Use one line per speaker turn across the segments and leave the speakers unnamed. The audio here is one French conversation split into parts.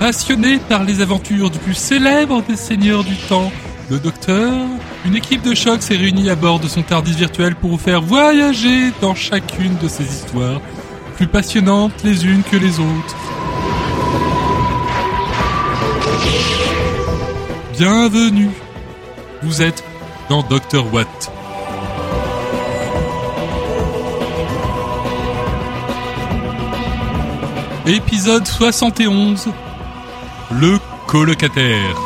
Passionné par les aventures du plus célèbre des seigneurs du temps, le docteur, une équipe de choc s'est réunie à bord de son TARDIS virtuel pour vous faire voyager dans chacune de ces histoires, plus passionnantes les unes que les autres. Bienvenue, vous êtes dans Docteur Watt. Épisode 71 Le colocataire.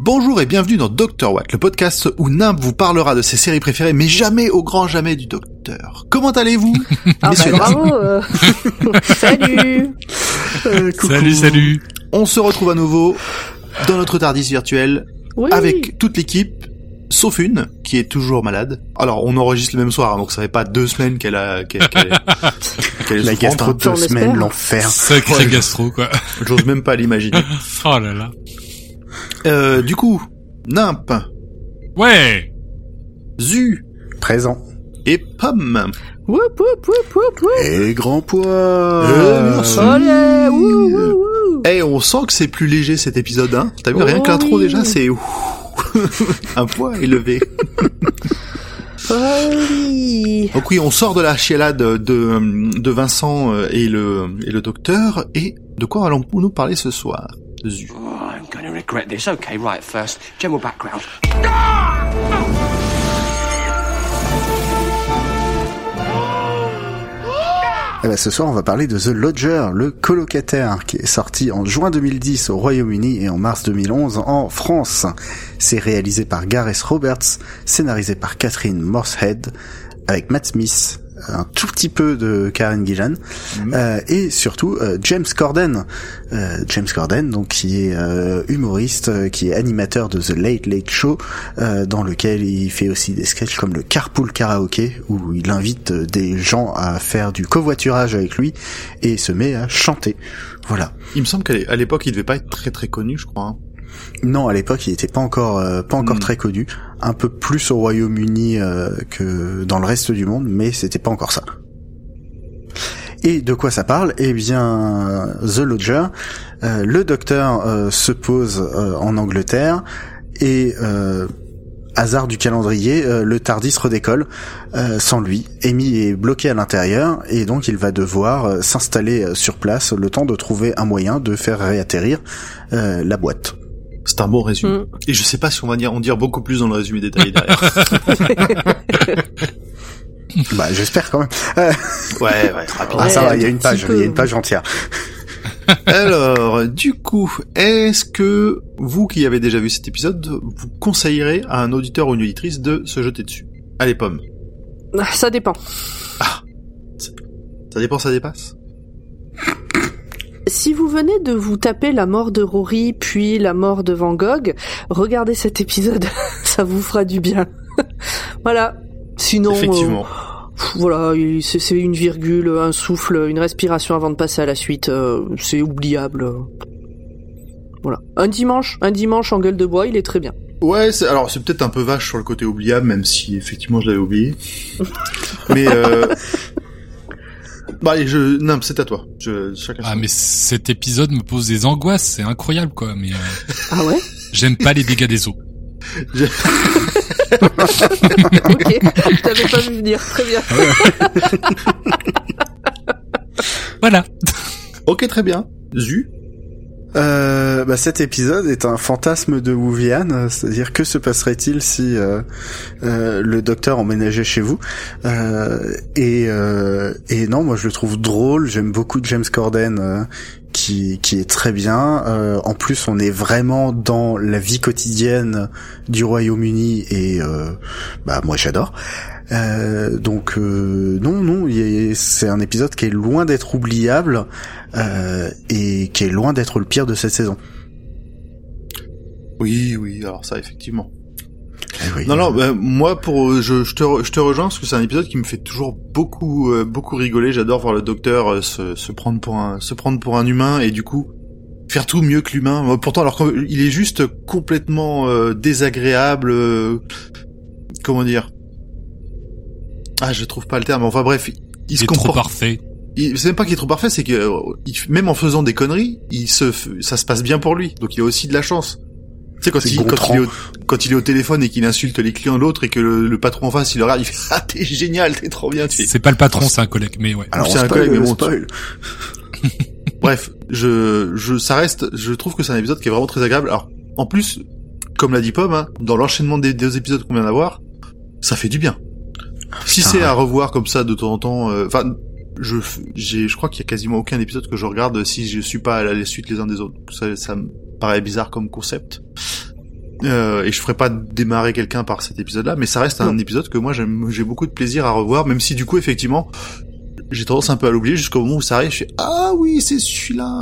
Bonjour et bienvenue dans Doctor Watt, le podcast où Nimp vous parlera de ses séries préférées, mais jamais au grand jamais du docteur. Comment allez-vous
Ah bah
messieurs, dames
bravo euh. Salut
Euh, coucou.
Salut, salut.
On se retrouve à nouveau dans notre TARDIS virtuel
Oui.
avec toute l'équipe, sauf une qui est toujours malade. Alors on enregistre le même soir, hein, donc ça fait pas deux semaines qu'elle a qu'elle qu'elle- qu'elle est
La
souffrante,
gastro
hein.
de deux
On espère.
semaines, l'enfer.
Sacré
Ouais.
gastro, quoi.
J'ose même pas l'imaginer.
Oh là là.
Euh, du coup, Nimp,
Ouais.
Zu
Présent.
et Pomme.
Woup, woup, woup, woup, woup.
Et grand poids
Euh, merci.
Olé, wou, wou, wou.
Eh, on sent que c'est plus léger cet épisode, hein. T'as vu, rien
Oh
que l'intro
oui.
déjà, c'est ouh, un poids élevé.
Oh oui.
Donc oui, on sort de la chialade de, de Vincent euh, et le, et le docteur, et de quoi allons-nous nous parler ce soir Zu.
Oh, I'm going to regret this. Okay, right, first, general background.
Eh ben, ce soir, on va parler de The Lodger, le colocataire, qui est sorti en juin 2010 au Royaume-Uni et en mars 2011 en France. C'est réalisé par Gareth Roberts, scénarisé par Catherine Morsehead, avec Matt Smith, un tout petit peu de Karen Gillan,
Mhm.
euh, et surtout euh, James Corden. Euh, James Corden, donc qui est euh, humoriste, euh, qui est animateur de The Late Late Show, euh, dans lequel il fait aussi des sketchs comme le Carpool Karaoke, où il invite euh, des gens à faire du covoiturage avec lui et se met à chanter. Voilà.
Il me semble qu'à l'é- à l'époque, il devait pas être très très connu, je crois. hein.
Non, à l'époque, il était pas encore euh, pas encore
Hmm.
très connu, un peu plus au Royaume-Uni euh, que dans le reste du monde, mais c'était pas encore ça. Et de quoi ça parle Eh bien, The Lodger, euh, le docteur euh, se pose euh, en Angleterre et euh, hasard du calendrier, euh, le Tardis redécolle euh, sans lui. Amy est bloqué à l'intérieur et donc il va devoir euh, s'installer euh, sur place le temps de trouver un moyen de faire réatterrir euh, la boîte.
C'est un bon résumé.
Mm.
Et je sais pas si on va dire, en dire beaucoup plus dans le résumé détaillé derrière.
Bah, j'espère quand même.
ouais, ouais, rapide.
Ah, ça
Ouais,
va, il y a
un
une
petit
page,
peu.
il y a une page entière.
Alors, du coup, est-ce que vous qui avez déjà vu cet épisode, vous conseillerez à un auditeur ou une auditrice de se jeter dessus Allez, pomme.
Ah, Ça dépend.
Ça dépend, ça dépasse
Si vous venez de vous taper la mort de Rory puis la mort de Van Gogh, regardez cet épisode, ça vous fera du bien. voilà. Sinon,
Effectivement.
euh, pff, voilà, il- c'est c'est une virgule, un souffle, une respiration avant de passer à la suite. euh, c'est oubliable. Voilà. Un dimanche, un dimanche en gueule de bois, il est très bien.
Ouais, c'est- alors c'est peut-être un peu vache sur le côté oubliable, même si effectivement je l'avais oublié. Mais euh... bah allez, je non, c'est à toi. Je chacun.
Ah, mais cet épisode me pose des angoisses. C'est incroyable, quoi. Mais euh,
Ah ouais
j'aime pas les dégâts des eaux.
Ok, je t'avais pas vu venir, très bien.
Voilà.
Ok, très bien. Zu.
Euh, bah, cet épisode est un fantasme de Wuvian, euh, c'est-à-dire que se passerait-il si euh, euh, le docteur emménageait chez vous Euh, et, euh, et non, moi je le trouve drôle, j'aime beaucoup James Corden euh, qui, qui est très bien. Euh, en plus, on est vraiment dans la vie quotidienne du Royaume-Uni et euh, bah moi j'adore. Euh, donc euh, non, non, il y a- c'est un épisode qui est loin d'être oubliable euh, et qui est loin d'être le pire de cette saison.
Oui, oui. Alors ça, effectivement.
Eh
Non, non. bah, moi, pour je, je te re- je te rejoins parce que c'est un épisode qui me fait toujours beaucoup euh, beaucoup rigoler. J'adore voir le docteur euh, se, se prendre pour un se prendre pour un humain et du coup faire tout mieux que l'humain. Moi, Pourtant, alors qu'il est juste complètement euh, désagréable. euh, comment dire Ah, je trouve pas le terme. Enfin bref, il,
Il
se
est trop
comporte
parfait.
il- c'est même pas qu'il est trop parfait, c'est que euh, il f- même en faisant des conneries, il se, f- ça se passe bien pour lui. Donc il a aussi de la chance. Tu sais quand
C'est
il, quand
Gontran.
il est au, quand il est au téléphone et qu'il insulte les clients de l'autre et que le, le patron en face il le regarde, il fait ah t'es génial, t'es trop bien. Tu fais,
C'est pas le patron, c'est un collègue, mais ouais.
Alors, on
C'est un
spoil,
collègue, mais
on
bon, tu-
spoil.
Bref, je, je, ça reste, je trouve que c'est un épisode qui est vraiment très agréable. Alors, en plus, comme l'a dit Pomme, hein, dans l'enchaînement des deux épisodes qu'on vient d'avoir, ça fait du bien. Si
putain,
c'est
ouais.
à revoir comme ça de temps en temps, euh, enfin, je, j'ai, je crois qu'il y a quasiment aucun épisode que je regarde si je suis pas à la suite les uns des autres. Ça, ça me paraît bizarre comme concept. Euh, et je ferai pas démarrer quelqu'un par cet épisode-là, mais ça reste un épisode que moi j'aime, j'ai beaucoup de plaisir à revoir, même si du coup effectivement j'ai tendance un peu à l'oublier jusqu'au moment où ça arrive. Je fais ah oui c'est celui-là.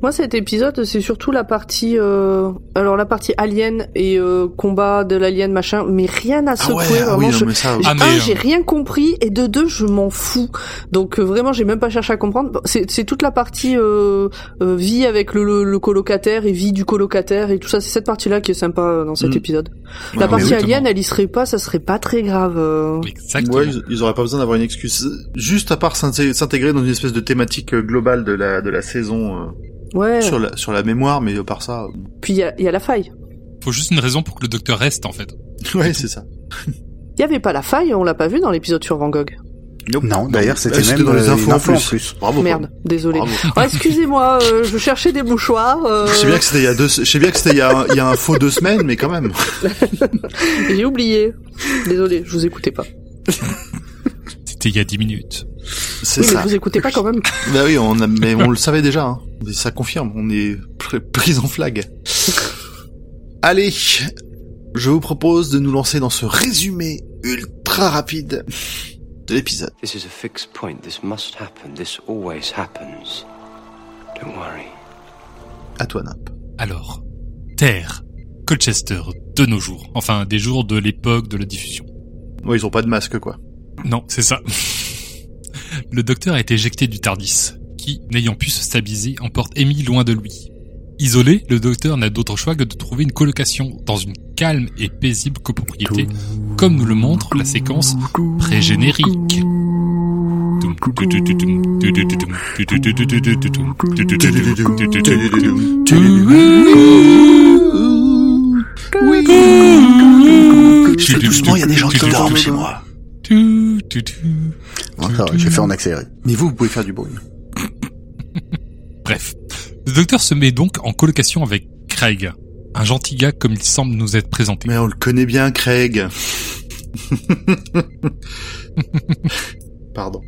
Moi, cet épisode, c'est surtout la partie, euh, alors la partie alien et euh, combat de l'alien machin, mais rien à secouer.
ah
vraiment,
oui,
je-
non, mais ça,
Ah,
un,
mais, euh,
j'ai rien compris et de deux, je m'en fous. Donc euh, vraiment, j'ai même pas cherché à comprendre. Bon, C'est c'est toute la partie euh, euh, vie avec le, le- le colocataire et vie du colocataire et tout ça. C'est cette partie-là qui est sympa euh, dans cet
Mm.
épisode.
Ouais,
la partie
mais oui,
alien, elle y serait pas, ça serait pas très grave. euh.
Exactement.
Ouais, ils, ils auraient pas besoin d'avoir une excuse. Juste à part s'inté- s'intégrer dans une espèce de thématique euh, globale de la, de la saison euh,
Ouais.
sur, la, sur la mémoire, mais à part ça. euh,
Puis il y a, il y a la faille.
Faut juste une raison pour que le docteur reste, en fait.
Ouais, euh, c'est ça.
Il y avait pas la faille, on l'a pas vu dans l'épisode sur Van Gogh.
Non, d'ailleurs, c'était
Euh,
même
dans les
euh,
infos
une
en
info
plus.
en plus.
Bravo.
Merde, désolé.
Bravo.
Ah, Excusez-moi, euh, je cherchais des mouchoirs. euh,
Je sais bien que c'était il y a deux, je sais bien que c'était il y a, un- il y a un faux deux semaines, mais quand même.
et J'ai oublié. Désolé, je vous écoutais pas.
C'était il y a 10 minutes.
C'est
Oui, mais
ça.
vous écoutez pas quand même.
Bah oui, on a, mais on le savait déjà. Hein. Mais ça confirme, on est pr- pris en flag. Allez, je vous propose de nous lancer dans ce résumé ultra rapide de l'épisode.
This is a fixed point. This must happen. This always happens. Don't worry.
À toi, Nap.
Alors, Terre, Colchester, de nos jours. Enfin, des jours de l'époque de la diffusion.
Ouais, ils ont pas de masque, quoi.
Non, c'est ça. Le docteur a été éjecté du TARDIS, qui, n'ayant pu se stabiliser, emporte Amy loin de lui. Isolé, le docteur n'a d'autre choix que de trouver une colocation dans une calme et paisible copropriété, comme nous le montre la séquence pré-générique.
Très doucement, il y a des gens qui dorment chez moi.
Encore, j'ai fait en accéléré.
Mais vous, vous pouvez faire du bruit.
Bref, le docteur se met donc en colocation avec Craig, un gentil gars comme il semble nous être présenté.
Mais on le connaît bien, Craig. Pardon.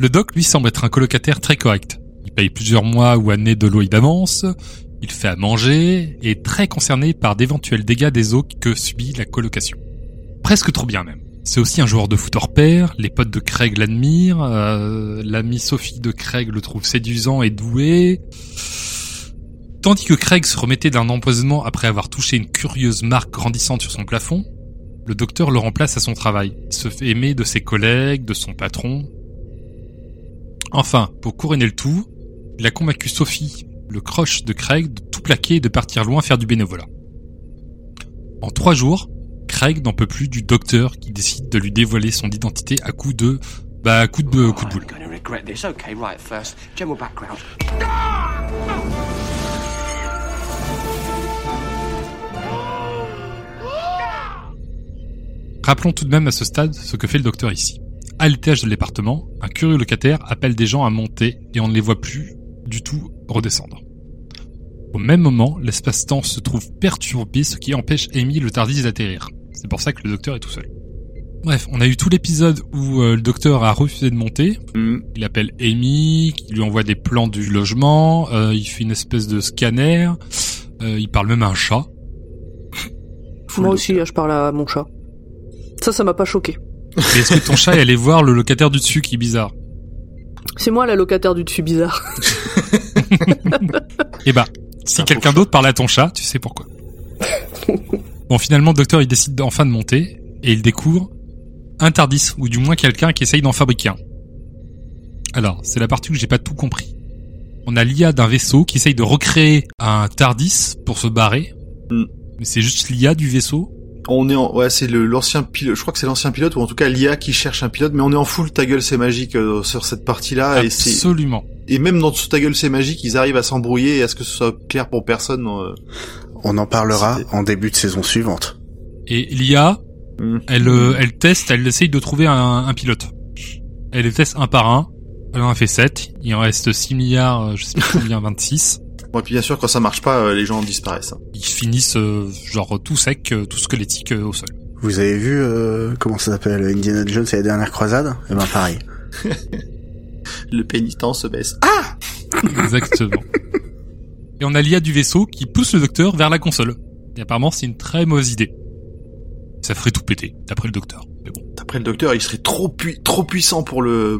Le doc lui semble être un colocataire très correct. Il paye plusieurs mois ou années de loyer d'avance, il fait à manger et est très concerné par d'éventuels dégâts des eaux que subit la colocation. Presque trop bien même. C'est aussi un joueur de foot hors pair, les potes de Craig l'admirent, euh, l'amie Sophie de Craig le trouve séduisant et doué. Tandis que Craig se remettait d'un empoisonnement après avoir touché une curieuse marque grandissante sur son plafond, le docteur le remplace à son travail. Il se fait aimer de ses collègues, de son patron, Enfin, pour couronner le tout, il a convaincu Sophie, le croche de Craig, de tout plaquer et de partir loin faire du bénévolat. En trois jours, Craig n'en peut plus du docteur qui décide de lui dévoiler son identité à coup de... Bah, coup de, coup de boule.
I'm going to regret this. Okay, right. First, general background.
Rappelons tout de même à ce stade ce que fait le docteur ici. À l'étage de l'appartement, un curieux locataire appelle des gens à monter et on ne les voit plus du tout redescendre. Au même moment, l'espace-temps se trouve perturbé, ce qui empêche Amy le Tardis d'atterrir. C'est pour ça que le docteur est tout seul. Bref, on a eu tout l'épisode où euh, le docteur a refusé de monter.
Hmm.
Il appelle Amy, qui lui envoie des plans du logement, euh, il fait une espèce de scanner, euh, il parle même à un chat.
Moi aussi, là, je parle à mon chat. Ça, ça m'a pas choqué.
Et Est-ce que ton chat est allé voir le locataire du dessus qui est bizarre
C'est moi la locataire du dessus bizarre.
Eh bah, si
Un
quelqu'un d'autre parle à ton chat, tu sais pourquoi. bon, finalement, le docteur, il décide enfin de monter, et il découvre un TARDIS, ou du moins quelqu'un qui essaye d'en fabriquer un. Alors, c'est la partie où j'ai pas tout compris. On a l'IA d'un vaisseau qui essaye de recréer un TARDIS pour se barrer,
Mm.
mais c'est juste l'IA du vaisseau
on est en, ouais, c'est le, l'ancien pilote, je crois que c'est l'ancien pilote, ou en tout cas l'IA qui cherche un pilote, mais on est en full ta gueule c'est magique euh, sur cette partie-là, et c'est,
Absolument.
et même dans ta gueule c'est magique, ils arrivent à s'embrouiller et à ce que ce soit clair pour personne. euh.
On en parlera
C'était-
en début de saison suivante.
Et l'IA,
Mm.
elle, euh, elle teste, elle essaye de trouver un, un pilote. Elle les teste un par un. Elle en a fait 7. Il en reste 6 milliards, euh, je sais plus combien, 26.
Bon, et puis bien sûr, quand ça marche pas, euh, les gens disparaissent. hein.
Ils finissent, euh, genre, tout sec, euh, tout squelettique euh, au sol.
Vous avez vu euh, comment ça s'appelle Indiana Jones et la dernière croisade Eh ben pareil.
Le pénitent se baisse.
Exactement. Et on a l'IA du vaisseau qui pousse le docteur vers la console. Et apparemment, c'est une très mauvaise idée. Ça ferait tout péter, d'après le docteur. Mais bon.
Après le docteur, il serait trop pui- trop puissant pour le.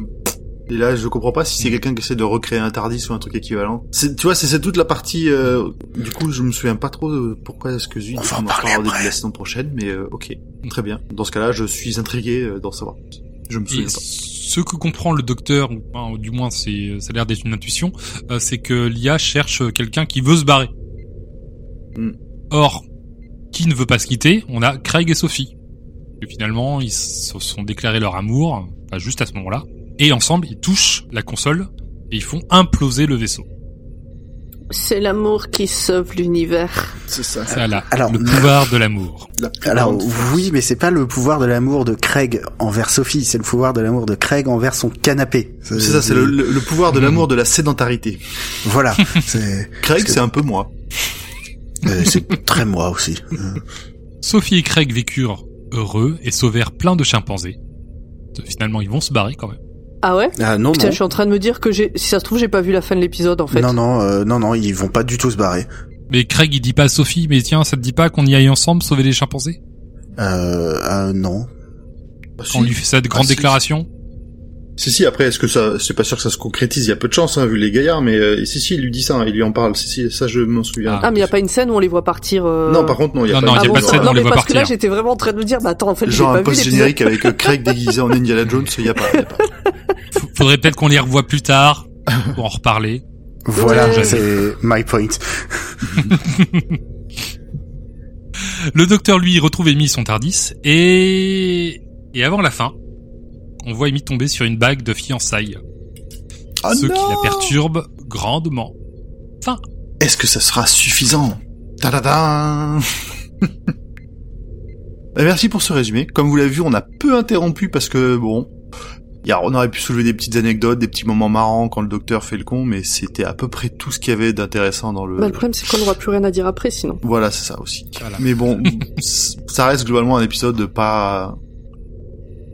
Et là, je comprends pas si c'est quelqu'un qui essaie de recréer un Tardis ou un truc équivalent. C'est, tu vois, c'est, c'est toute la partie. euh, du coup, je me souviens pas trop de pourquoi est-ce que Zui
On
dit
va en
qu'on en
parler
parlera au début
après.
de la saison prochaine, mais euh, ok, très bien. Dans ce cas-là, je suis intrigué euh, d'en savoir. plus. Je me souviens
Et
pas.
ce que comprend le docteur, ou enfin, du moins c'est, ça a l'air d'être une intuition, euh, c'est que l'IA cherche quelqu'un qui veut se barrer.
Mm.
Or, qui ne veut pas se quitter On a Craig et Sophie. Et finalement, ils se sont déclarés leur amour, enfin, juste à ce moment-là. Et ensemble, ils touchent la console et ils font imploser le vaisseau.
C'est l'amour qui sauve l'univers.
C'est ça.
Ça, là,
Alors-
le pouvoir de l'amour.
La plus
Alors
grande-
oui, mais c'est pas le pouvoir de l'amour de Craig envers Sophie, c'est le pouvoir de l'amour de Craig envers son canapé.
C'est ça, c'est le, le- le pouvoir de l'amour de la sédentarité.
Voilà. c'est
Craig,
que-
c'est un peu moi.
euh, c'est très moi aussi. Euh,
Sophie et Craig vécurent heureux et sauvèrent plein de chimpanzés. Finalement, ils vont se barrer quand même.
Ah ouais
Ah non
Putain, je suis en train de me dire que j'ai, si ça se trouve, j'ai pas vu la fin de l'épisode en fait.
non. Non non euh, non non, ils vont pas du tout se barrer.
Mais Craig, il dit pas à Sophie, mais tiens, ça te dit pas qu'on y aille ensemble sauver les chimpanzés
Euh, ah, non.
On lui fait cette grande
Ah, si.
déclaration
Si si après est-ce que ça c'est pas sûr que ça se concrétise il y a peu de chance hein, vu les gaillards mais euh, si si il lui dit ça hein, il lui en parle si si ça je m'en souviens.
Ah, mais y a pas une scène où on les voit partir. euh,
Non par contre non il y a
Non,
pas hein.
non,
ah
y a
bon,
pas de
ça-
scène où
Non,
on les
mais
voit
parce que là,
partir.
j'étais vraiment en train de me dire, bah attends, en fait, j'ai
genre
pas
un
vu
post
l'épisode.
générique avec euh, Craig déguisé en Indiana Jones il y a pas. il y a pas.
F- Faudrait peut-être qu'on les revoie plus tard pour en reparler.
Voilà,
Ouais.
c'est my point.
Le docteur, lui, retrouve Amy son Tardis et... Et avant la fin, on voit Amy tomber sur une bague de fiançailles.
Oh
ce
Ah,
qui la perturbe grandement.
Est-ce que ça sera suffisant ta da da Ben, Merci pour ce résumé. Comme vous l'avez vu, on a peu interrompu parce que bon, y a- on aurait pu soulever des petites anecdotes, des petits moments marrants quand le docteur fait le con, mais c'était à peu près tout ce qu'il y avait d'intéressant dans le.
Bah, le problème, c'est qu'on n'aura plus rien à dire après sinon.
Voilà, c'est ça aussi.
Voilà.
Mais bon, c- ça reste globalement un épisode de pas.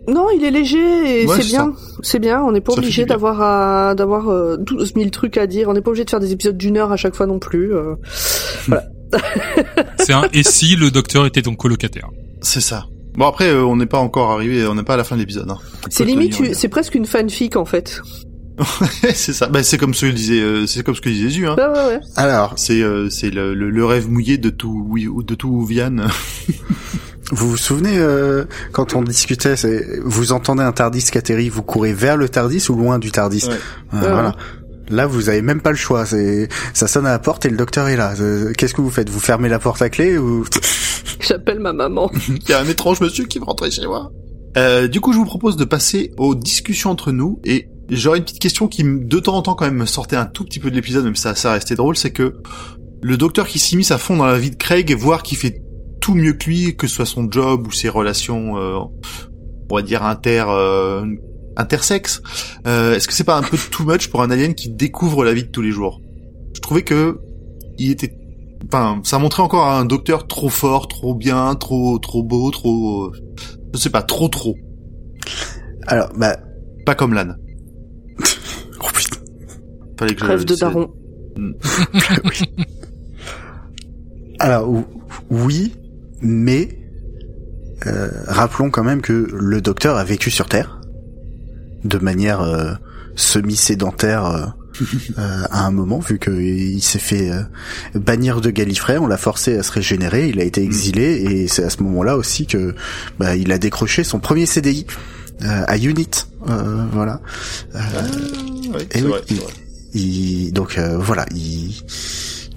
Non, il est léger et
Ouais,
c'est
c'est
bien. C'est bien, on n'est pas
Ça fait du
obligé
bien.
d'avoir à, d'avoir euh, 12 000 trucs à dire. On n'est pas obligé de faire des épisodes d'une heure à chaque fois non plus. euh.
C'est un et si le docteur était ton colocataire.
C'est ça. Bon après, euh, on n'est pas encore arrivé, on n'est pas à la fin de l'épisode. hein.
C'est
Faut
limite,
tenir,
une- c'est presque une fanfic en fait.
c'est ça. Bah, c'est comme ce que disait, euh, c'est comme ce que disait Zu. Hein.
Ouais, ouais, ouais.
Alors,
C'est euh, c'est le, le, le rêve mouillé de tout oui, de tout Vian.
vous vous souvenez euh, quand on discutait, c'est- vous entendez un Tardis qui atterrit, vous courez vers le Tardis ou loin du Tardis.
Ouais.
Euh,
Ouais,
voilà.
ouais.
Là, vous avez même pas le choix. C'est ça sonne à la porte et le docteur est là. Euh, Qu'est-ce que vous faites Vous fermez la porte à clé ou
J'appelle ma maman.
Il y a un étrange monsieur qui veut rentrer chez moi. Euh, du coup, je vous propose de passer aux discussions entre nous et j'aurais une petite question qui, me- de temps en temps, quand même, me sortait un tout petit peu de l'épisode, même si ça, ça restait drôle, c'est que le docteur qui s'immisce à fond dans la vie de Craig et voir qu'il fait tout mieux que lui, que ce soit son job ou ses relations, euh, on va dire inter, euh, intersexes. Euh, Est-ce que c'est pas un peu too much pour un alien qui découvre la vie de tous les jours Je trouvais que il était enfin, ça montrait encore un docteur trop fort, trop bien, trop, trop beau, trop, euh, je sais pas, trop, trop.
alors bah
Pas comme l'âne.
oh, putain.
Fallait que je-
Rêve de
c'est-
daron.
alors ou- oui, mais euh, rappelons quand même que le docteur a vécu sur Terre de manière euh, semi-sédentaire. euh, euh, à un moment, vu qu'il s'est fait euh, bannir de Gallifrey, on l'a forcé à se régénérer, il a été exilé, et c'est à ce moment-là aussi que bah, il a décroché son premier CDI euh, à Unit. Euh, voilà.
Ah, oui,
Eh
c'est
oui.
vrai, c'est vrai.
Il, donc euh, voilà, il,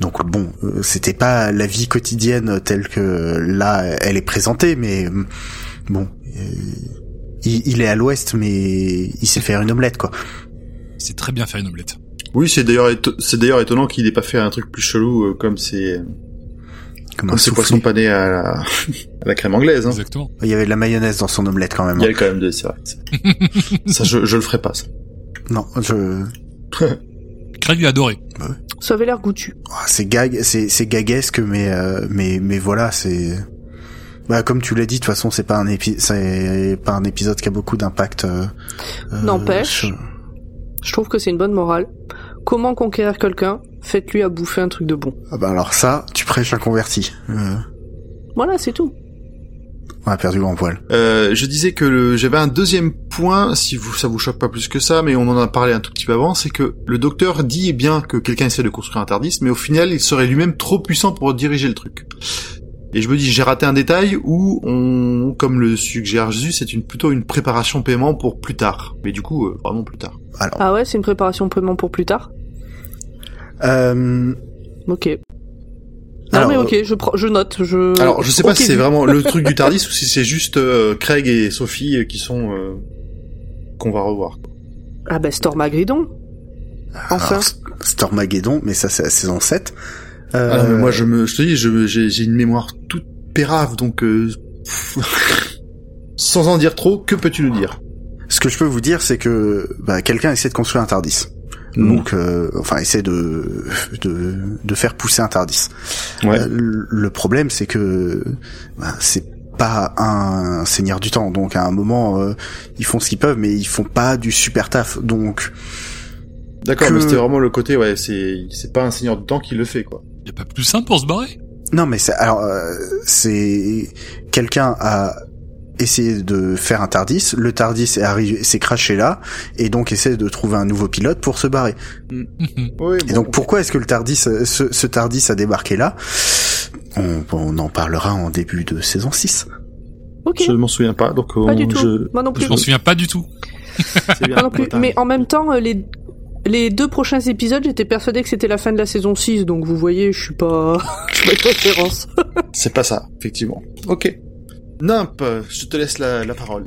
Donc bon, euh, c'était pas la vie quotidienne telle que euh, là elle est présentée, mais euh, bon, euh, il, il est à l'ouest, mais il sait faire une omelette quoi.
C'est très bien faire une omelette.
Oui, c'est d'ailleurs éto- c'est d'ailleurs étonnant qu'il n'ait pas fait un truc plus chelou euh, comme ces
Comme un
comme ces
soufflé.
poissons panés à la, à la crème anglaise. Hein.
Exactement.
Il y avait de la mayonnaise dans son omelette quand même. hein.
Il y a quand même deux, c'est vrai. ça, je, je le ferai pas. Ça.
Non, je, oh,
Craig l'a adoré.
Ça avait l'air goûtu.
Ah, c'est gag, c'est c'est gaguesque, mais euh, mais mais voilà, c'est bah comme tu l'as dit, de toute façon, c'est pas un épi, c'est pas un épisode qui a beaucoup d'impact. euh, euh,
N'empêche.
sur-
Je trouve que c'est une bonne morale. Comment conquérir quelqu'un Faites-lui à bouffer un truc de bon.
Ah bah alors ça, tu prêches un converti. Euh,
Voilà, c'est tout.
on a perdu grand poil.
Euh, je disais que le- j'avais un deuxième point, si vous, ça vous choque pas plus que ça, mais on en a parlé un tout petit peu avant, c'est que le docteur dit bien que quelqu'un essaie de construire un TARDIS, mais au final, il serait lui-même trop puissant pour diriger le truc. Et je me dis, j'ai raté un détail où on, comme le suggère Jésus, c'est une, plutôt une préparation paiement pour plus tard. Mais du coup, euh, vraiment plus tard.
Alors,
Ah ouais, c'est une préparation paiement pour plus tard
euh,
Ok. Non
Alors,
mais ok, je, prends- je note. Je...
euh, Alors, je sais pas
Euh, Ok,
si c'est
vu.
vraiment le truc du TARDIS ou si c'est juste euh, Craig et Sophie euh, qui sont, euh, qu'on va revoir.
Ah bah Stormageddon Enfin
Ah.
alors, S- Stormageddon, mais ça c'est la saison 7. Euh,
Ah non, mais moi je me, je te dis, je me- j'ai j'ai une mémoire toute pérave, donc euh, pff, sans en dire trop, que peux-tu nous dire
Ce que je peux vous dire, c'est que bah, quelqu'un essaie de construire un Tardis.
Mm.
Donc, euh, enfin, essaie de, de de faire pousser un Tardis.
Ouais.
Euh, le le problème, c'est que bah, c'est pas un seigneur du temps. Donc, à un moment, euh, ils font ce qu'ils peuvent, mais ils font pas du super taf. Donc,
D'accord,
que-
mais c'était vraiment le côté, ouais, c'est c'est pas un seigneur du temps qui le fait quoi.
Y a pas plus simple pour se barrer.
non, mais c'est alors euh, c'est quelqu'un a essayé de faire un Tardis. Le Tardis est arrivé, s'est craché là, et donc essaie de trouver un nouveau pilote pour se barrer.
Oui,
Et
bon.
donc pourquoi est-ce que le Tardis, euh, ce, ce Tardis a débarqué là on, on en parlera en début de saison 6.
Ok,
je ne m'en souviens pas, donc
pas
on-
du tout.
je-
Moi non plus.
je
Je m'en souviens pas du tout.
c'est bien.
Moi non plus.
Attends.
Mais en même temps, euh, les... les deux prochains épisodes, j'étais persuadé que c'était la fin de la saison 6, donc vous voyez, je suis pas... je suis pas de référence.
C'est pas ça, effectivement. Ok. Nimp, je te laisse la, la parole.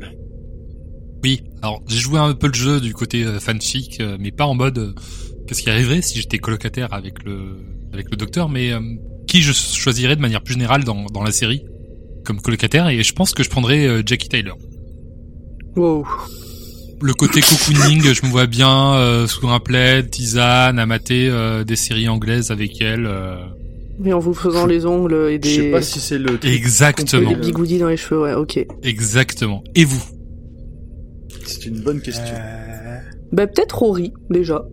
Oui, alors j'ai joué un peu le jeu du côté euh, fanfic, euh, mais pas en mode euh, qu'est-ce qui arriverait si j'étais colocataire avec le avec le docteur, mais euh, qui je choisirais de manière plus générale dans, dans la série comme colocataire, et je pense que je prendrais euh, Jackie Taylor.
Wow.
Le côté cocooning, je me vois bien euh, sous un plaid, tisane, à mater euh, des séries anglaises avec elle. euh,
Mais en vous faisant les ongles et
Je sais pas
des...
si c'est le truc
et
exactement,
des bigoudis dans les cheveux, ouais, ok.
exactement. Et vous
C'est une bonne question.
Euh,
Bah peut-être Rory, déjà.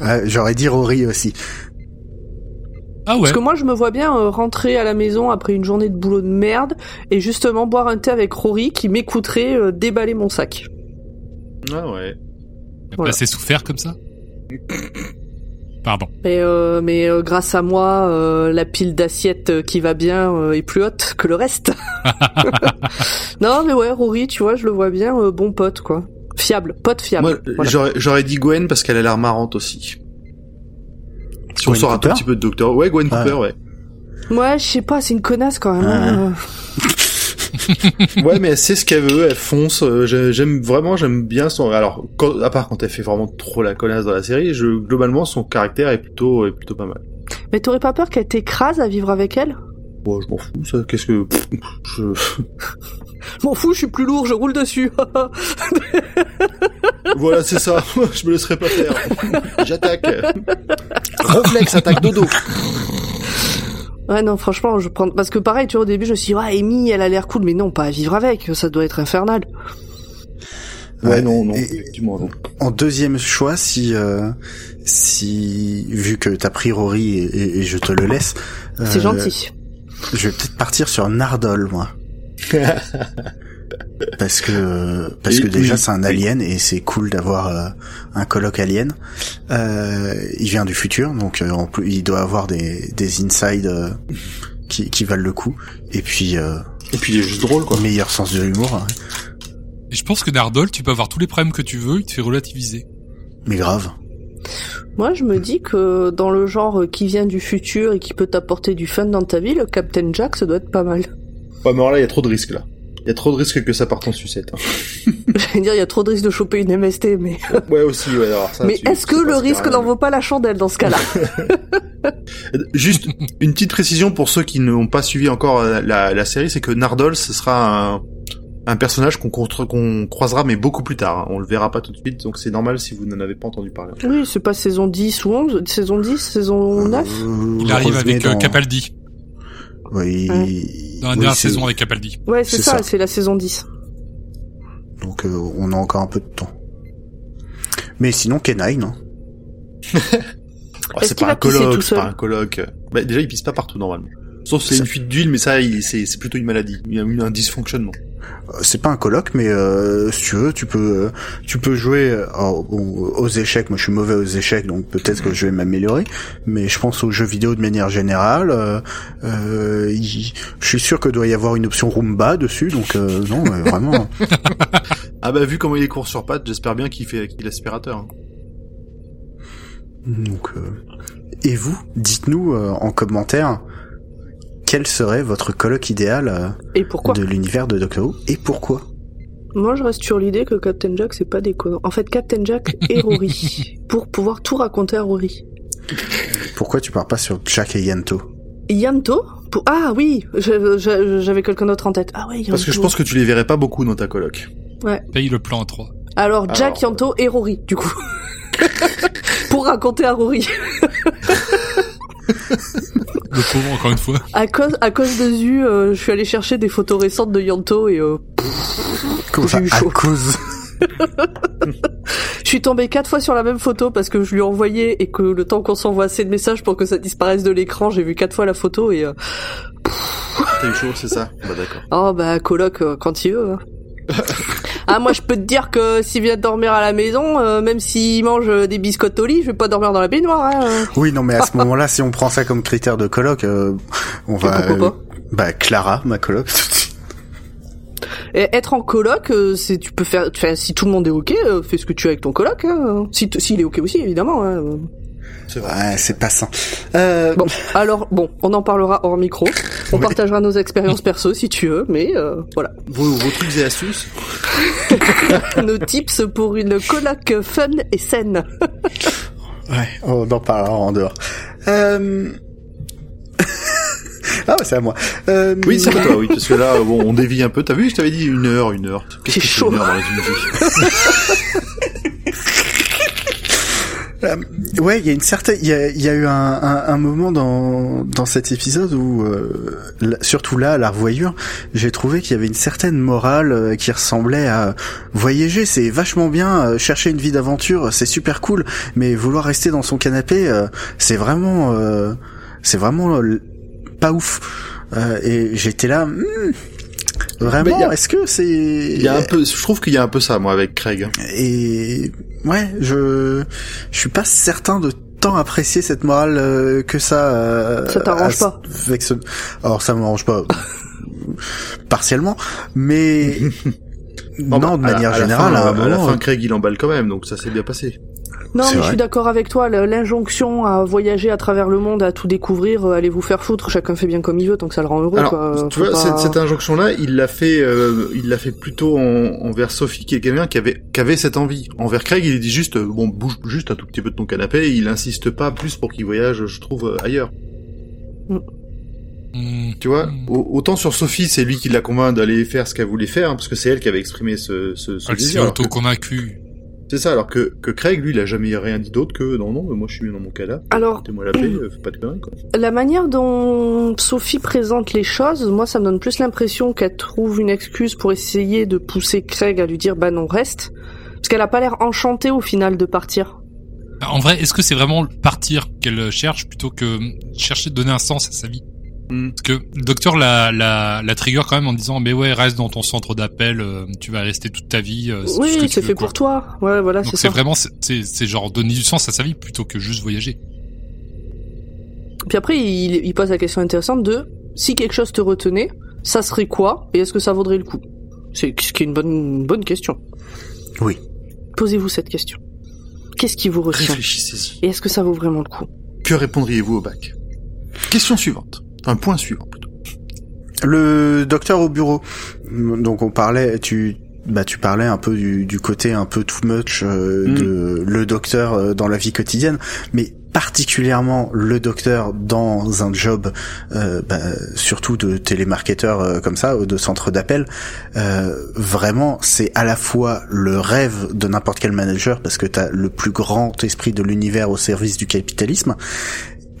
Ouais, J'aurais dit Rory aussi.
Ah ouais.
Parce que moi, je me vois bien euh, rentrer à la maison après une journée de boulot de merde et justement boire un thé avec Rory qui m'écouterait euh, déballer mon sac.
Ah ouais.
voilà.
Placé sous fer comme ça. Pardon.
Mais, euh, mais euh, grâce à moi, euh, la pile d'assiettes euh, qui va bien euh, est plus haute que le reste. non, mais ouais, Rory, tu vois, je le vois bien, euh, bon pote, quoi. Fiable, pote
Moi,
fiable. Voilà.
j'aurais- j'aurais dit Gwen parce qu'elle a l'air marrante aussi. Si on
Gwen
sort un tout
Cooper
petit peu de Docteur, ouais, Gwen
Ah.
Cooper, ouais.
Ouais, je sais pas, c'est une connasse quand même. hein.
Ouais, mais elle sait ce qu'elle veut, elle fonce. euh, j'ai- J'aime vraiment, j'aime bien son. Alors, quand- à part quand elle fait vraiment trop la connasse dans la série, je, globalement, son caractère est plutôt, est plutôt pas mal.
Mais t'aurais pas peur qu'elle t'écrase à vivre avec elle
Bon, je m'en fous, ça. Qu'est-ce que. pff, je-
M'en fous, je suis plus lourd, je roule dessus.
Voilà, c'est ça. je me laisserai pas faire. J'attaque. Reflex, attaque dodo.
ouais, non, franchement, je prends... Parce que pareil, tu vois, au début, je me suis dit, ouais, Amy, elle a l'air cool, mais non, pas à vivre avec, ça doit être infernal.
Ouais, non, non,
Et-
effectivement, non.
En deuxième choix, si euh, si vu que t'as pris Rory et, et- et je te le laisse,
C'est
euh,
gentil.
Je vais peut-être partir sur Nardole, moi. Parce que parce
Et-
que déjà
oui.
c'est un alien et c'est cool d'avoir euh, un colloque alien. Euh, il vient du futur donc euh, en plus il doit avoir des des insides euh, qui qui valent le coup et puis euh,
Et puis, il est juste drôle, quoi.
meilleur sens de l'humour hein.
Et je pense que Nardol, tu peux avoir tous les problèmes que tu veux, il te fait relativiser.
mais grave.
Moi, je me dis que dans le genre qui vient du futur et qui peut t'apporter du fun dans ta vie, le Captain Jack, ça doit être pas mal.
Ouais, mais alors là, il y a trop de risques, là. Il y a trop de risques que ça parte en sucette. hein.
J'allais dire, il y a trop de risques de choper une MST, mais.
Ouais, aussi, ouais, alors ça.
mais
tu-
est-ce
tu
que
sais pas ce
le
qu'il y a
risque
rien.
n'en vaut pas la chandelle dans ce cas-là
Juste une petite précision pour ceux qui n'ont pas suivi encore euh, la, la série, c'est que Nardol, ce sera un, un personnage qu'on contre- qu'on croisera, mais beaucoup plus tard. hein. On le verra pas tout de suite, donc c'est normal si vous n'en avez pas entendu parler.
Oui, c'est pas saison 10 ou 11, saison 10, saison 9
Euh,
Il arrive
Rosemary
avec euh,
dans-
Capaldi,
Ouais.
Oui.
dans la
oui,
dernière
c'est-
saison avec Capaldi.
Ouais, c'est
C'est
ça,
ça.
c'est la saison 10.
Donc euh, on a encore un peu de temps. Mais sinon, Kenai, hein.
Oh,
Est-ce
c'est
qu'il
pas
va
un
pisser tout
colloque, c'est
seul
pas un colloque. Bah, déjà, il pisse pas partout normalement. Sauf si c'est
Ça-
une fuite d'huile, mais ça, il- c'est c'est plutôt une maladie, Il y a eu un dysfonctionnement.
Euh, c'est pas un colloque, mais euh, si tu veux, tu peux, euh, tu peux jouer euh, aux, aux échecs. Moi, je suis mauvais aux échecs, donc peut-être que je vais m'améliorer. Mais je pense aux jeux vidéo de manière générale. euh, euh, il- je suis sûr que doit y avoir une option Roomba dessus, donc euh, non, mais vraiment.
Ah bah, vu comment il est court sur pattes, j'espère bien qu'il fait qu'il est aspirateur. hein.
Donc, euh, et vous, dites-nous euh, en commentaire quel serait votre colloque idéal euh,
Et pourquoi
de l'univers de Doctor Who et pourquoi.
Moi, je reste sur l'idée que Captain Jack, c'est pas déconnant. En fait, Captain Jack et Rory, pour pouvoir tout raconter à Rory.
Pourquoi tu pars pas sur Jack et Yanto
Yanto pour... Ah oui, je- je- j'avais quelqu'un d'autre en tête. Ah ouais, Yanto.
Parce que je pense que tu les verrais pas beaucoup dans ta colloque.
Paye le plan à 3.
Alors, Jack,
Alors-
Yanto et Rory, du coup. pour raconter à Rory.
Le pauvre, encore une fois.
À cause, à cause de Zu, euh, je suis allé chercher des photos récentes de Yanto et euh,
Comment ça,
J'ai eu
à
chaud.
cause
je suis tombée quatre fois sur la même photo parce que je lui envoyais et que le temps qu'on s'envoie assez de messages pour que ça disparaisse de l'écran, j'ai vu quatre fois la photo et euh,
T'as eu chaud, c'est ça Bah d'accord.
oh bah coloc euh, quand il veut. hein. ah moi je peux te dire que s'il vient dormir à la maison, euh, même s'il mange euh, des biscottes au lit, je vais pas dormir dans la baignoire. Hein, euh.
Oui, non, mais à ce moment-là, si on prend ça comme critère de colloque, euh, on va.
pourquoi pas
bah, Clara, ma coloc.
Et être en coloc, euh, c'est tu peux faire, tu fais- si tout le monde est ok, euh, fais ce que tu veux avec ton coloc. Hein. Si t- s'il est ok aussi évidemment. hein.
C'est vrai.
ouais, c'est pas sain. Euh,
Bon, alors bon, on en parlera hors micro. On partagera nos expériences perso si tu veux, mais euh, voilà.
Vos, vos trucs et astuces
Nos tips pour une coloc fun et saine.
Ouais, on en parlera en dehors. Euh... ah, ouais, c'est à moi. Euh,
Oui, c'est à toi, oui, parce que là, bon, on dévie un peu. T'as vu, je t'avais dit une heure, une heure. Qu'est-ce
C'est
que
chaud.
Une heure dans la vie
Ouais, il y a une certaine, il y a, il y a eu un, un, un moment dans dans cet épisode où, euh, là- surtout là, à la revoyure, j'ai trouvé qu'il y avait une certaine morale euh, qui ressemblait à voyager, c'est vachement bien, euh, chercher une vie d'aventure, c'est super cool, mais vouloir rester dans son canapé, euh, c'est vraiment, euh, c'est vraiment euh, pas ouf. Euh, et j'étais là, hmm,
Mais il y
vraiment,
a-
est-ce que c'est,
Il y a un peu, je trouve qu'il y a un peu ça, moi, avec Craig. hein.
et ouais, je je suis pas certain de tant apprécier cette morale euh, que ça. euh,
Ça t'arrange
à-
pas.
Avec ce... Alors ça m'arrange pas partiellement, mais
bah,
non, de
à la-
manière
à la
générale, hein,
fin,
à un
à la
moment,
fin, Craig, il emballe quand même, donc ça s'est bien passé.
Non,
C'est
mais je
vrai.
suis d'accord avec toi. le- L'injonction à voyager à travers le monde, à tout découvrir, euh, allez vous faire foutre. Chacun fait bien comme il veut, tant que ça le rend heureux.
Alors,
quoi.
tu
bah, Faut
vois,
pas-
cette, cette injonction-là, il l'a fait, euh, il l'a fait plutôt en, envers Sophie, qui est quelqu'un qui avait, qui avait cette envie. Envers Craig, il dit juste, euh, bon, bouge juste un tout petit peu de ton canapé, et il insiste pas plus pour qu'il voyage, je trouve, euh, ailleurs.
Hmm.
Tu vois,
Mm.
au- autant sur Sophie, c'est lui qui la convainc d'aller faire ce qu'elle voulait faire, hein, parce que c'est elle qui avait exprimé ce, ce, ce
Elle s'est
désir. alors que-
auto-convaincue.
C'est ça, alors que, que Craig, lui, il a jamais rien dit d'autre que non, non, mais moi je suis dans mon canapé,
Alors,
foutez-moi la paix, euh, fais pas de conneries, quoi.
la manière dont Sophie présente les choses, moi, ça me donne plus l'impression qu'elle trouve une excuse pour essayer de pousser Craig à lui dire bah non reste, parce qu'elle a pas l'air enchantée au final de partir.
Bah, En vrai, est-ce que c'est vraiment le partir qu'elle cherche plutôt que chercher de donner un sens à sa vie
Hmm.
Mm.
Parce que le docteur la, la, la trigger quand même en disant mais ouais reste dans ton centre d'appel, euh, tu vas rester toute ta vie. euh, c'est tout ce que
oui,
tu
c'est
veux,
fait
quoi.
pour toi. Ouais, voilà,
Donc
c'est
c'est
ça.
vraiment c'est- c'est c'est genre donner du sens à sa vie plutôt que juste voyager.
Puis après, il, il pose la question intéressante de si quelque chose te retenait, ça serait quoi et est-ce que ça vaudrait le coup C'est ce qui est une bonne, une bonne question.
Oui.
Posez-vous cette question. Qu'est-ce qui vous retient
Réfléchissez-y.
Et est-ce que ça vaut vraiment le coup
Que répondriez-vous au bac Question suivante. Un point suivant plutôt.
Le docteur au bureau. Mm, Donc on parlait, tu, bah tu parlais un peu du, du côté un peu too much euh,
Mm.
de le docteur euh, dans la vie quotidienne, mais particulièrement le docteur dans un job, euh, bah, surtout de télémarketeur euh, comme ça, ou de centre d'appel. Euh, vraiment, c'est à la fois le rêve de n'importe quel manager parce que t'as le plus grand esprit de l'univers au service du capitalisme.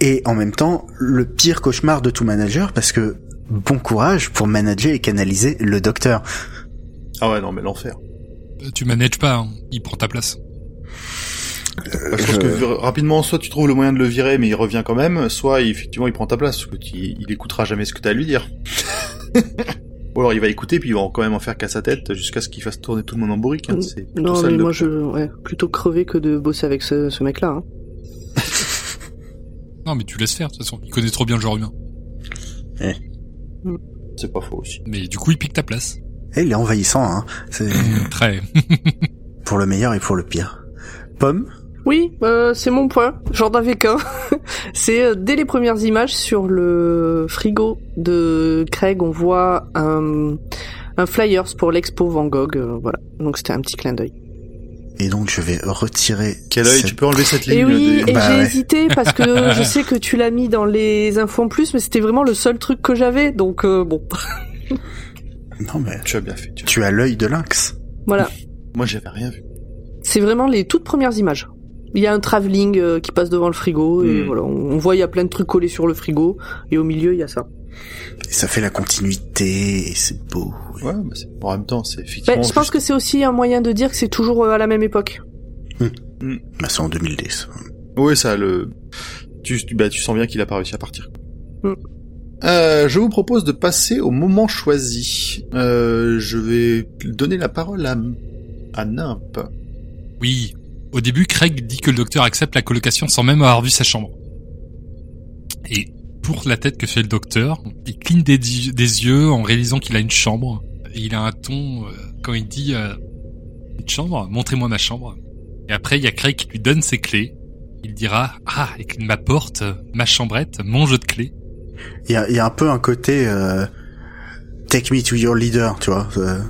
Et en même temps, le pire cauchemar de tout manager parce que bon courage pour manager et canaliser le docteur.
Ah ouais, non, mais l'enfer.
Euh, Tu manages pas, hein. il prend ta place.
Bah, je pense que vi- rapidement, soit tu trouves le moyen de le virer, mais il revient quand même, soit effectivement il prend ta place, parce que tu- il écoutera jamais ce que t'as à lui dire. Ou alors il va écouter, puis il va en- quand même en faire qu'à sa tête jusqu'à ce qu'il fasse tourner tout le monde en bourrique. hein. C'est plutôt
Mm. Non,
ça,
mais
le
moi, je
docteur.
ouais, plutôt crever que de bosser avec ce, ce mec-là. hein.
Non, mais tu laisses faire, de toute façon. Il connaît trop bien le genre humain.
C'est pas faux aussi.
Mais du coup, il pique ta place.
Et il est envahissant, hein. C'est
Mm.
Très.
pour le meilleur et pour le pire. Pomme,
Oui, euh, c'est mon point. J'en avais qu'un. c'est euh, dès les premières images sur le frigo de Craig, on voit un, un flyers pour l'expo Van Gogh. euh, voilà, donc c'était un petit clin d'œil.
et donc je vais retirer.
Quel œil,
cette-
tu peux enlever cette ligne
Et Eh oui,
de-
et
Bah
j'ai
ouais.
hésité parce que je sais que tu l'as mis dans les infos en plus, mais c'était vraiment le seul truc que j'avais. Donc euh, bon,
Non mais
Tu as bien fait. tu as-
tu as l'œil de lynx.
voilà.
Moi j'avais rien vu.
C'est vraiment les toutes premières images. Il y a un travelling euh, qui passe devant le frigo et
Hmm.
voilà, on, on voit il y a plein de trucs collés sur le frigo et au milieu il y a ça.
Et ça fait la continuité et c'est beau. oui.
Ouais, mais c'est- en même temps, c'est effectivement.
Ben, je pense
juste-
que c'est aussi un moyen de dire que c'est toujours euh, à la même époque.
Bah c'est en 2010.
Oui, ça le. Tu, tu- bah, tu sens bien qu'il a pas réussi à partir.
Mm.
Euh, je vous propose de passer au moment choisi. Euh, je vais donner la parole à, à Nimp.
Oui. Au début, Craig dit que le docteur accepte la colocation sans même avoir vu sa chambre. Et pour la tête que fait le docteur, il cligne des, di- des yeux en réalisant qu'il a une chambre. Et il a un ton euh, quand il dit euh, une chambre, montrez-moi ma chambre. Et après, il y a Craig qui lui donne ses clés. Il dira ah, et cligne ma porte, ma chambrette, mon jeu de clés.
Il y a, il y a un peu un côté euh, take me to your leader, tu vois. euh,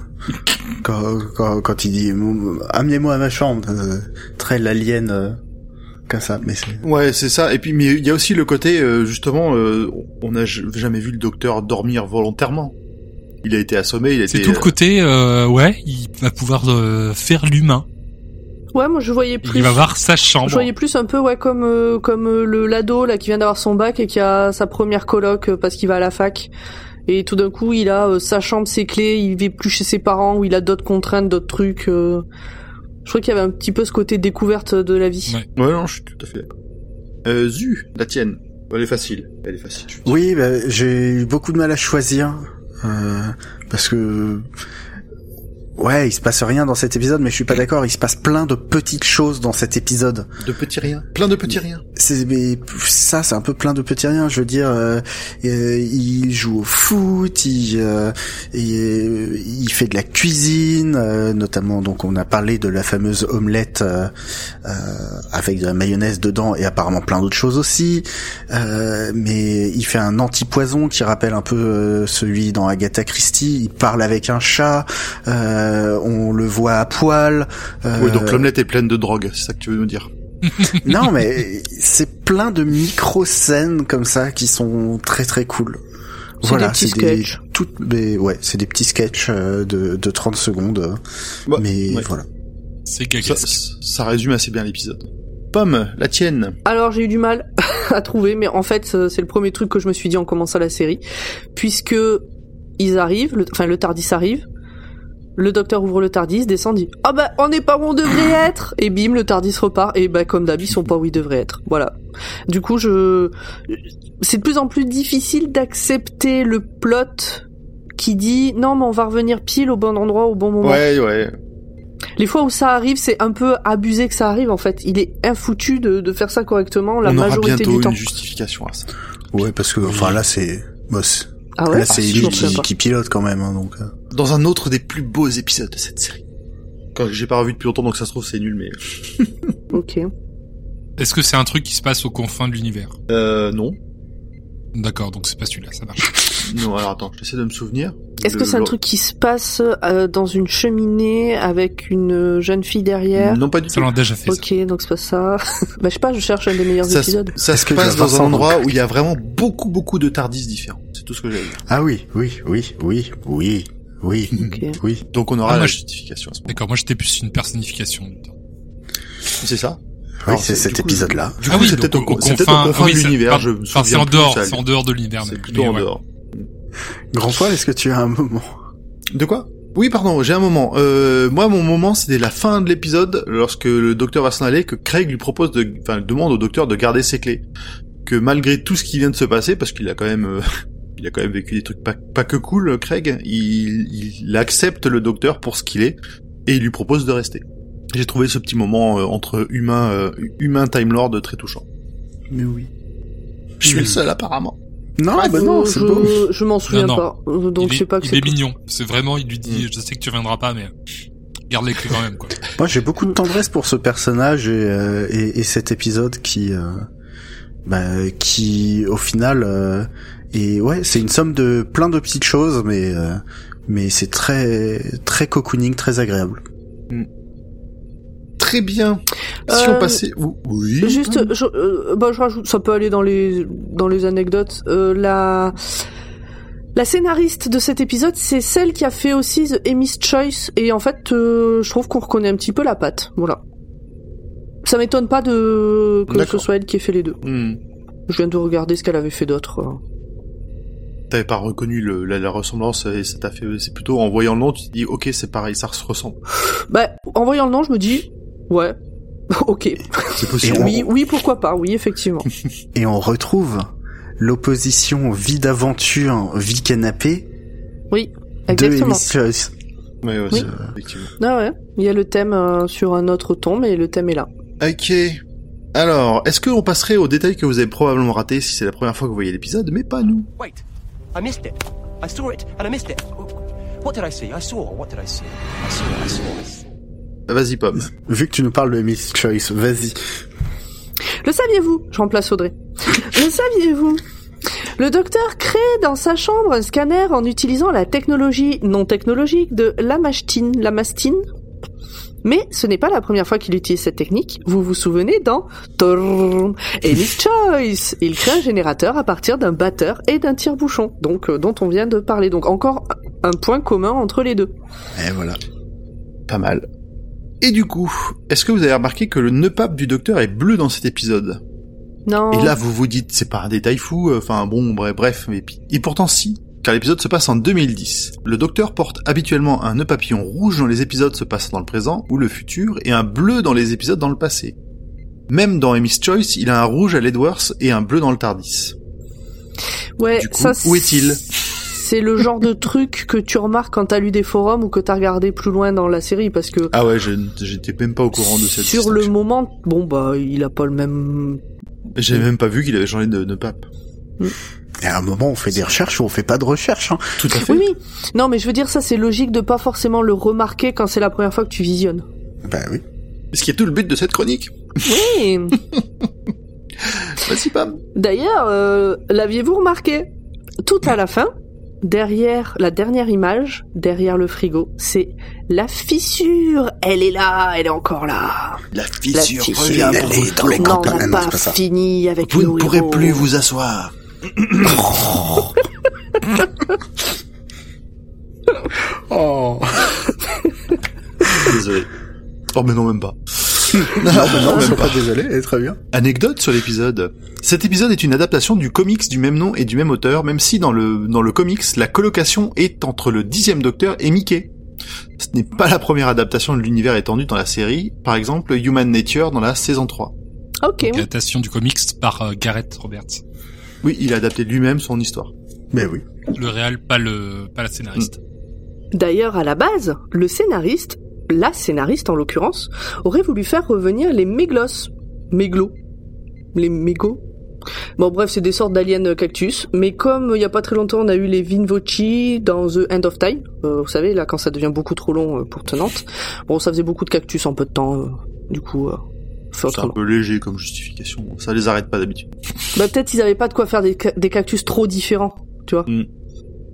Quand, quand, quand il dit amenez-moi à ma chambre, euh, très l'alien euh, comme ça. Mais c'est-
Ouais, c'est ça. Et puis, mais il y a aussi le côté, euh, justement, euh, on n'a j- jamais vu le docteur dormir volontairement. Il a été assommé, il a
C'est
été.
tout le côté euh, ouais, il va pouvoir euh, faire l'humain.
Ouais, moi je voyais plus.
Il va voir sa
Je
chambre.
voyais plus un peu ouais comme euh, comme euh, le lado là qui vient d'avoir son bac et qui a sa première coloc euh, parce qu'il va à la fac et tout d'un coup il a euh, sa chambre ses clés il vit plus chez ses parents ou il a d'autres contraintes d'autres trucs. euh. Je crois qu'il y avait un petit peu ce côté découverte de la vie.
Ouais.
euh, Ouais, non, je suis tout à fait d'accord. Euh, Zu, la tienne. Elle est facile. Elle est facile. je-
Oui, bah, j'ai eu beaucoup de mal à choisir euh, parce que ouais, il se passe rien dans cet épisode, mais je suis pas d'accord. Il se passe plein de petites choses dans cet épisode.
De petits riens. Plein de petits riens.
C'est mais ça, c'est un peu plein de petits riens. Je veux dire, euh, euh, il joue au foot, il, euh, il, il fait de la cuisine, euh, notamment. Donc, on a parlé de la fameuse omelette euh, euh, avec de la mayonnaise dedans et apparemment plein d'autres choses aussi. Euh, mais il fait un anti-poison qui rappelle un peu euh, celui dans Agatha Christie. Il parle avec un chat. euh, on le voit à poil. euh,
Oui, donc l'omelette est pleine de drogue, c'est ça que tu veux nous dire.
non, mais c'est plein de micro-scènes comme ça qui sont très très cool.
C'est
Voilà,
des petits
c'est des,
sketchs.
toutes, mais ouais, c'est des petits sketchs euh, de, de 30 secondes. euh,
Bah,
mais
ouais.
voilà.
C'est
Ça,
gaga.
ça résume assez bien l'épisode. Pomme, la tienne.
Alors j'ai eu du mal à trouver, mais en fait euh, c'est le premier truc que je me suis dit en commençant la série, puisque ils arrivent, le- enfin le Tardis arrive, le docteur ouvre le Tardis, descend, dit ah bah on n'est pas où on devrait être, et bim le Tardis repart, et bah comme d'hab ils sont pas où ils devraient être, voilà. Du coup je, c'est de plus en plus difficile d'accepter le plot qui dit non mais on va revenir pile au bon endroit au bon moment.
Ouais, ouais.
Les fois où ça arrive, c'est un peu abusé que ça arrive en fait. Il est infoutu de, de faire ça correctement la
On aura
majorité
bientôt
du temps.
une justification à ça.
Ouais, parce que enfin là c'est boss.
Ah ouais,
là c'est
Ah,
lui
je sais
qui,
pas.
qui pilote quand même. hein, donc euh.
Dans un autre des plus beaux épisodes de cette série. Quand j'ai pas revu depuis longtemps, donc ça se trouve c'est nul, mais
Ok.
Est-ce que c'est un truc qui se passe aux confins de l'univers
Euh, non.
D'accord, donc c'est pas celui-là, ça marche.
Non, alors attends, j'essaie de me souvenir.
Est-ce
Le-
que c'est un
le-
truc qui se passe euh, dans une cheminée avec une euh, jeune fille derrière
Non, pas du
Ça
tout.
l'a déjà fait. ça.
Ok, donc c'est pas ça. bah je sais pas, je cherche un des meilleurs
Ça, se-
épisodes.
ça
Est-ce
se
que
passe
je
dans
dois
un
faire ça,
endroit
donc
où il y a vraiment beaucoup, beaucoup de tardis différents. C'est tout ce que j'ai dire.
Ah oui, oui, oui, oui, oui, oui,
Ok.
oui.
Donc on
Ah,
aura
moi,
la
je-
justification à ce moment.
D'accord, moi j'étais plus une personnification du temps.
C'est ça
Oui,
Alors,
c'est
du
cet
coup,
épisode-là.
Du
Ah
coup,
oui,
c'est
donc
peut-être au,
au
c'est peut-être au
confin-
confin
ah oui,
de
ça-
l'univers,
par-
je me souviens
Enfin, c'est en
plus,
dehors,
ça,
c'est en dehors de l'univers.
C'est
même.
plutôt
Mais
en
ouais.
dehors.
Grand poil, est-ce que tu as un moment
De quoi Oui, pardon, j'ai un moment. Euh, moi, mon moment, c'était la fin de l'épisode, lorsque le docteur va s'en aller, que Craig lui propose de, enfin, demande au docteur de garder ses clés. Que malgré tout ce qui vient de se passer, parce qu'il a quand même, euh, il a quand même vécu des trucs pas, pas que cool, euh, Craig, il, il accepte le docteur pour ce qu'il est et il lui propose de rester. J'ai trouvé ce petit moment euh, entre humain, euh, humain Time Lord très touchant.
Mais oui.
Je
Hmm.
suis le seul apparemment.
Non, bah
je,
non, c'est
Euh, je-
beau.
je m'en souviens
non.
pas. Euh, Donc
il
je sais
est,
pas que
il
c'est.
est mignon. C'est vraiment, il lui
Hmm.
dit, je sais que tu viendras pas, mais garde les clés quand même, quoi.
Moi, j'ai beaucoup de tendresse pour ce personnage et, euh, et, et cet épisode qui, euh, bah, qui, au final, euh, et ouais, c'est une somme de plein de petites choses, mais euh, mais c'est très très cocooning, très agréable.
Très bien. Si on
Euh,
passait, ou- oui.
Mmh.
Juste, je, euh, bah, je rajoute, ça peut aller dans les dans les anecdotes. Euh, la la scénariste de cet épisode, c'est celle qui a fait aussi The Amy's Choice, et en fait, euh, je trouve qu'on reconnaît un petit peu la patte. Voilà. Ça m'étonne pas de que ce
D'accord.
soit elle qui ait fait les deux.
Hmm.
Je viens de regarder ce qu'elle avait fait d'autre. euh.
T'avais pas reconnu le- la, la ressemblance et ça t'a fait. C'est plutôt en voyant le nom, tu te dis ok c'est pareil, ça se ressemble.
Bah, en voyant le nom, je me dis, ouais, ok.
C'est
Et
possible.
on-
Oui, oui, pourquoi pas, oui, effectivement.
Et on retrouve l'opposition vie d'aventure, vie canapé
Oui,
de
exactement.
Amy Choice.
Ouais, ouais,
Oui.
c'est- effectivement.
Ah ouais, il y a le thème euh, sur un autre ton, mais le thème est là.
Ok. Alors, est-ce qu'on passerait aux détails que vous avez probablement raté si c'est la première fois que vous voyez l'épisode, mais pas nous.
Wait, I missed it. I saw it and I missed it. What did I see? I saw. What did I see? I saw. I saw. I saw.
Bah, Vas-y Pomme.
Vu que tu nous parles de Amy Choice, vas-y.
Le saviez-vous Je remplace Audrey. Le saviez-vous Le docteur crée dans sa chambre un scanner en utilisant la technologie non technologique de l'amastine. L'amastine mais ce n'est pas la première fois qu'il utilise cette technique. Vous vous souvenez dans Torrrrrrm, Amy Choice Il crée un générateur à partir d'un batteur et d'un tire-bouchon, donc euh, dont on vient de parler. Donc encore un point commun entre les deux.
Et voilà.
Pas mal. Et du coup, est-ce que vous avez remarqué que le nœud pape du docteur est bleu dans cet épisode
Non.
Et là, vous vous dites, c'est pas un détail fou, euh, enfin bon, bref, bref, mais puis... Et pourtant si, car l'épisode se passe en 2010. Le docteur porte habituellement un nœud papillon rouge dans les épisodes se passant dans le présent ou le futur, et un bleu dans les épisodes dans le passé. Même dans Amy's Choice, il a un rouge à l'Edwards et un bleu dans le Tardis.
Ouais,
Du coup,
ça,
où est-il
C'est le genre de truc que tu remarques quand t'as lu des forums ou que t'as regardé plus loin dans la série parce que
Ah ouais, je- j'étais même pas au courant de cette
sur le
distinction.
moment, bon bah il a pas le même.
J'avais même pas vu qu'il avait changé de nœud pape.
Et à un moment, on fait des recherches ou on fait pas de recherches. Hein.
Tout à fait.
Oui oui. Non mais je veux dire ça c'est logique de pas forcément le remarquer quand c'est la première fois que tu visionnes.
Bah oui.
Ce qui est tout le but de cette chronique.
Oui.
Vas-y, Pam.
D'ailleurs, euh, l'aviez-vous remarqué Tout à la fin, derrière la dernière image, derrière le frigo, c'est la fissure. Elle est là, elle est encore là.
La
La
fissure.
fissure.
est dans
Nous n'en
campagnes.
avons
Ah non,
pas,
c'est pas ça.
fini avec
Vous
nos
ne pourrez
héros.
plus vous asseoir.
Oh.
Désolé. Oh, mais non, même pas.
Non, mais non, je suis pas désolé. eh, très bien.
Anecdote sur l'épisode. Cet épisode est une adaptation du comics du même nom et du même auteur, même si dans le, dans le comics, la colocation est entre le dixième docteur et Mickey. Ce n'est pas la première adaptation de l'univers étendu dans la série, par exemple Human Nature dans la saison 3.
Ok.
Adaptation du comics par euh, Gareth Roberts.
Oui, il a adapté lui-même son histoire.
Mais oui.
Le réal, pas le, pas la scénariste.
Hmm.
D'ailleurs, à la base, le scénariste, la scénariste en l'occurrence, aurait voulu faire revenir les méglos. Méglos. Les mégots. Bon bref, c'est des sortes d'aliens euh, cactus, mais comme euh, il y a pas très longtemps on a eu les Vinvoci dans The End of Time, euh, vous savez là quand ça devient beaucoup trop long euh, pour tenante, bon ça faisait beaucoup de cactus en peu de temps, euh, du coup euh, faire
C'est un
autrement.
peu léger comme justification. Ça les arrête pas d'habitude.
Bah peut-être ils avaient pas de quoi faire des, ca- des cactus trop différents, tu vois.
Mm.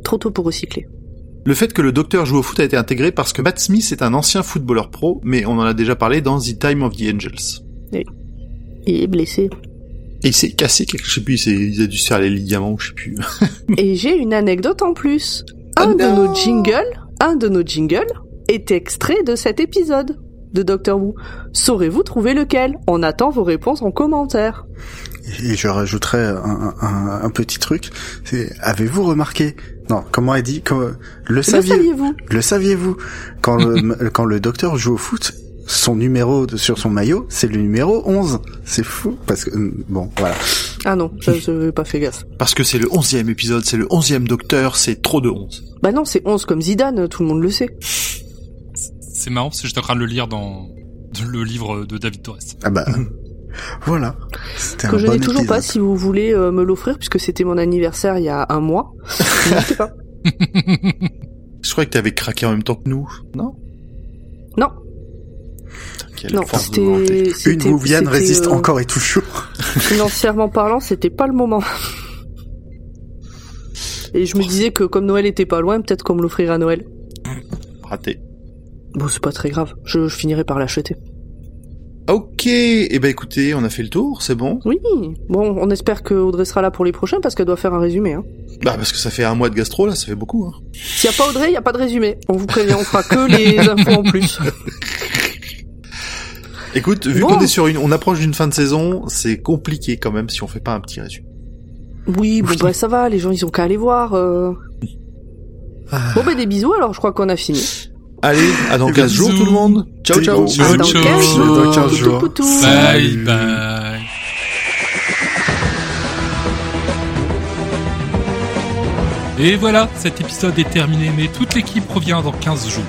Trop tôt pour recycler.
Le fait que le docteur joue au foot a été intégré parce que Matt Smith est un ancien footballeur pro, mais on en a déjà parlé dans The Time of the Angels.
Il est blessé.
Et il s'est cassé quelque je sais plus, il, s'est- il a dû se faire les ligaments, je sais plus.
Et j'ai une anecdote en plus. Un
Oh
de
non
nos jingles, un de nos jingles est extrait de cet épisode de Doctor Who. Saurez-vous trouver lequel On attend vos réponses en commentaire.
Et je rajouterais un, un- un- un petit truc. C'est, avez-vous remarqué Non, comment elle dit que- Le
Le
saviez-vous
saviez-vous
Le saviez-vous Quand le quand le docteur joue au foot, son numéro de- sur son maillot, c'est le numéro 11. C'est fou parce que hum, bon, voilà.
Ah non, ça, je n'ai pas fait gaffe.
Parce que c'est le onzième épisode, c'est le onzième docteur, c'est trop de honte.
Bah non, c'est 11 comme Zidane, tout le monde le sait.
C'est marrant parce que j'étais en train de le lire dans dans le livre de David Torres.
Ah bah voilà. C'était
que
un
je
bon
n'ai toujours pas
épisode.
si vous voulez euh, me l'offrir puisque c'était mon anniversaire il y a un mois. N'hésitez pas.
Je croyais que t'avais craqué en même temps que nous. Non?
Non,
Quelle
non,
force de volonté.
c'était
Une
c'était-
Gouviane
c'était,
résiste
euh,
encore et toujours.
Financièrement parlant, c'était pas le moment. Et je me disais que comme Noël était pas loin, peut-être qu'on me l'offrirait à Noël.
Raté.
Bon, c'est pas très grave. Je, je finirai par l'acheter.
Ok, et eh ben écoutez, on a fait le tour, c'est bon.
Oui. Bon, on espère que Audrey sera là pour les prochains parce qu'elle doit faire un résumé. Hein.
Bah parce que ça fait un mois de gastro là, ça fait beaucoup. Hein.
S'il y a pas Audrey, il y a pas de résumé. On vous prévient, on fera que les infos en plus.
Écoute, vu
Bon.
qu'on est sur une, on approche d'une fin de saison, c'est compliqué quand même si on fait pas un petit résumé.
Oui, bon bah ça va. Les gens, ils ont qu'à aller voir. euh. Bon bah des bisous. Alors, je crois qu'on a fini.
Allez, à dans 15 jours
Bisous.
tout le monde. Ciao
Des
ciao.
gros
Ciao,
À dans
ciao.
15 jours.
Dans 15
Poutou,
jours.
poutou.
Bye
Salut.
bye. Et voilà, cet épisode est terminé, mais toute l'équipe revient dans 15 jours.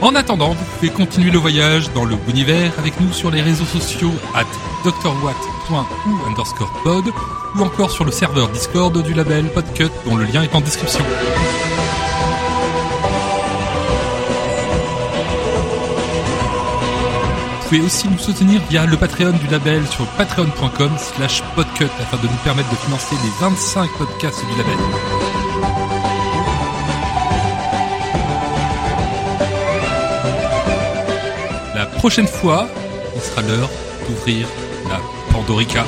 En attendant, vous pouvez continuer le voyage dans le univers avec nous sur les réseaux sociaux at drwatt.ou underscore pod ou encore sur le serveur Discord du label Podcut dont le lien est en description. Vous pouvez aussi nous soutenir via le Patreon du label sur patreon.com slash podcut afin de nous permettre de financer les 25 podcasts du label. La prochaine fois, il sera l'heure d'ouvrir la Pandorica.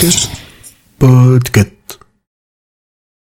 Podcast.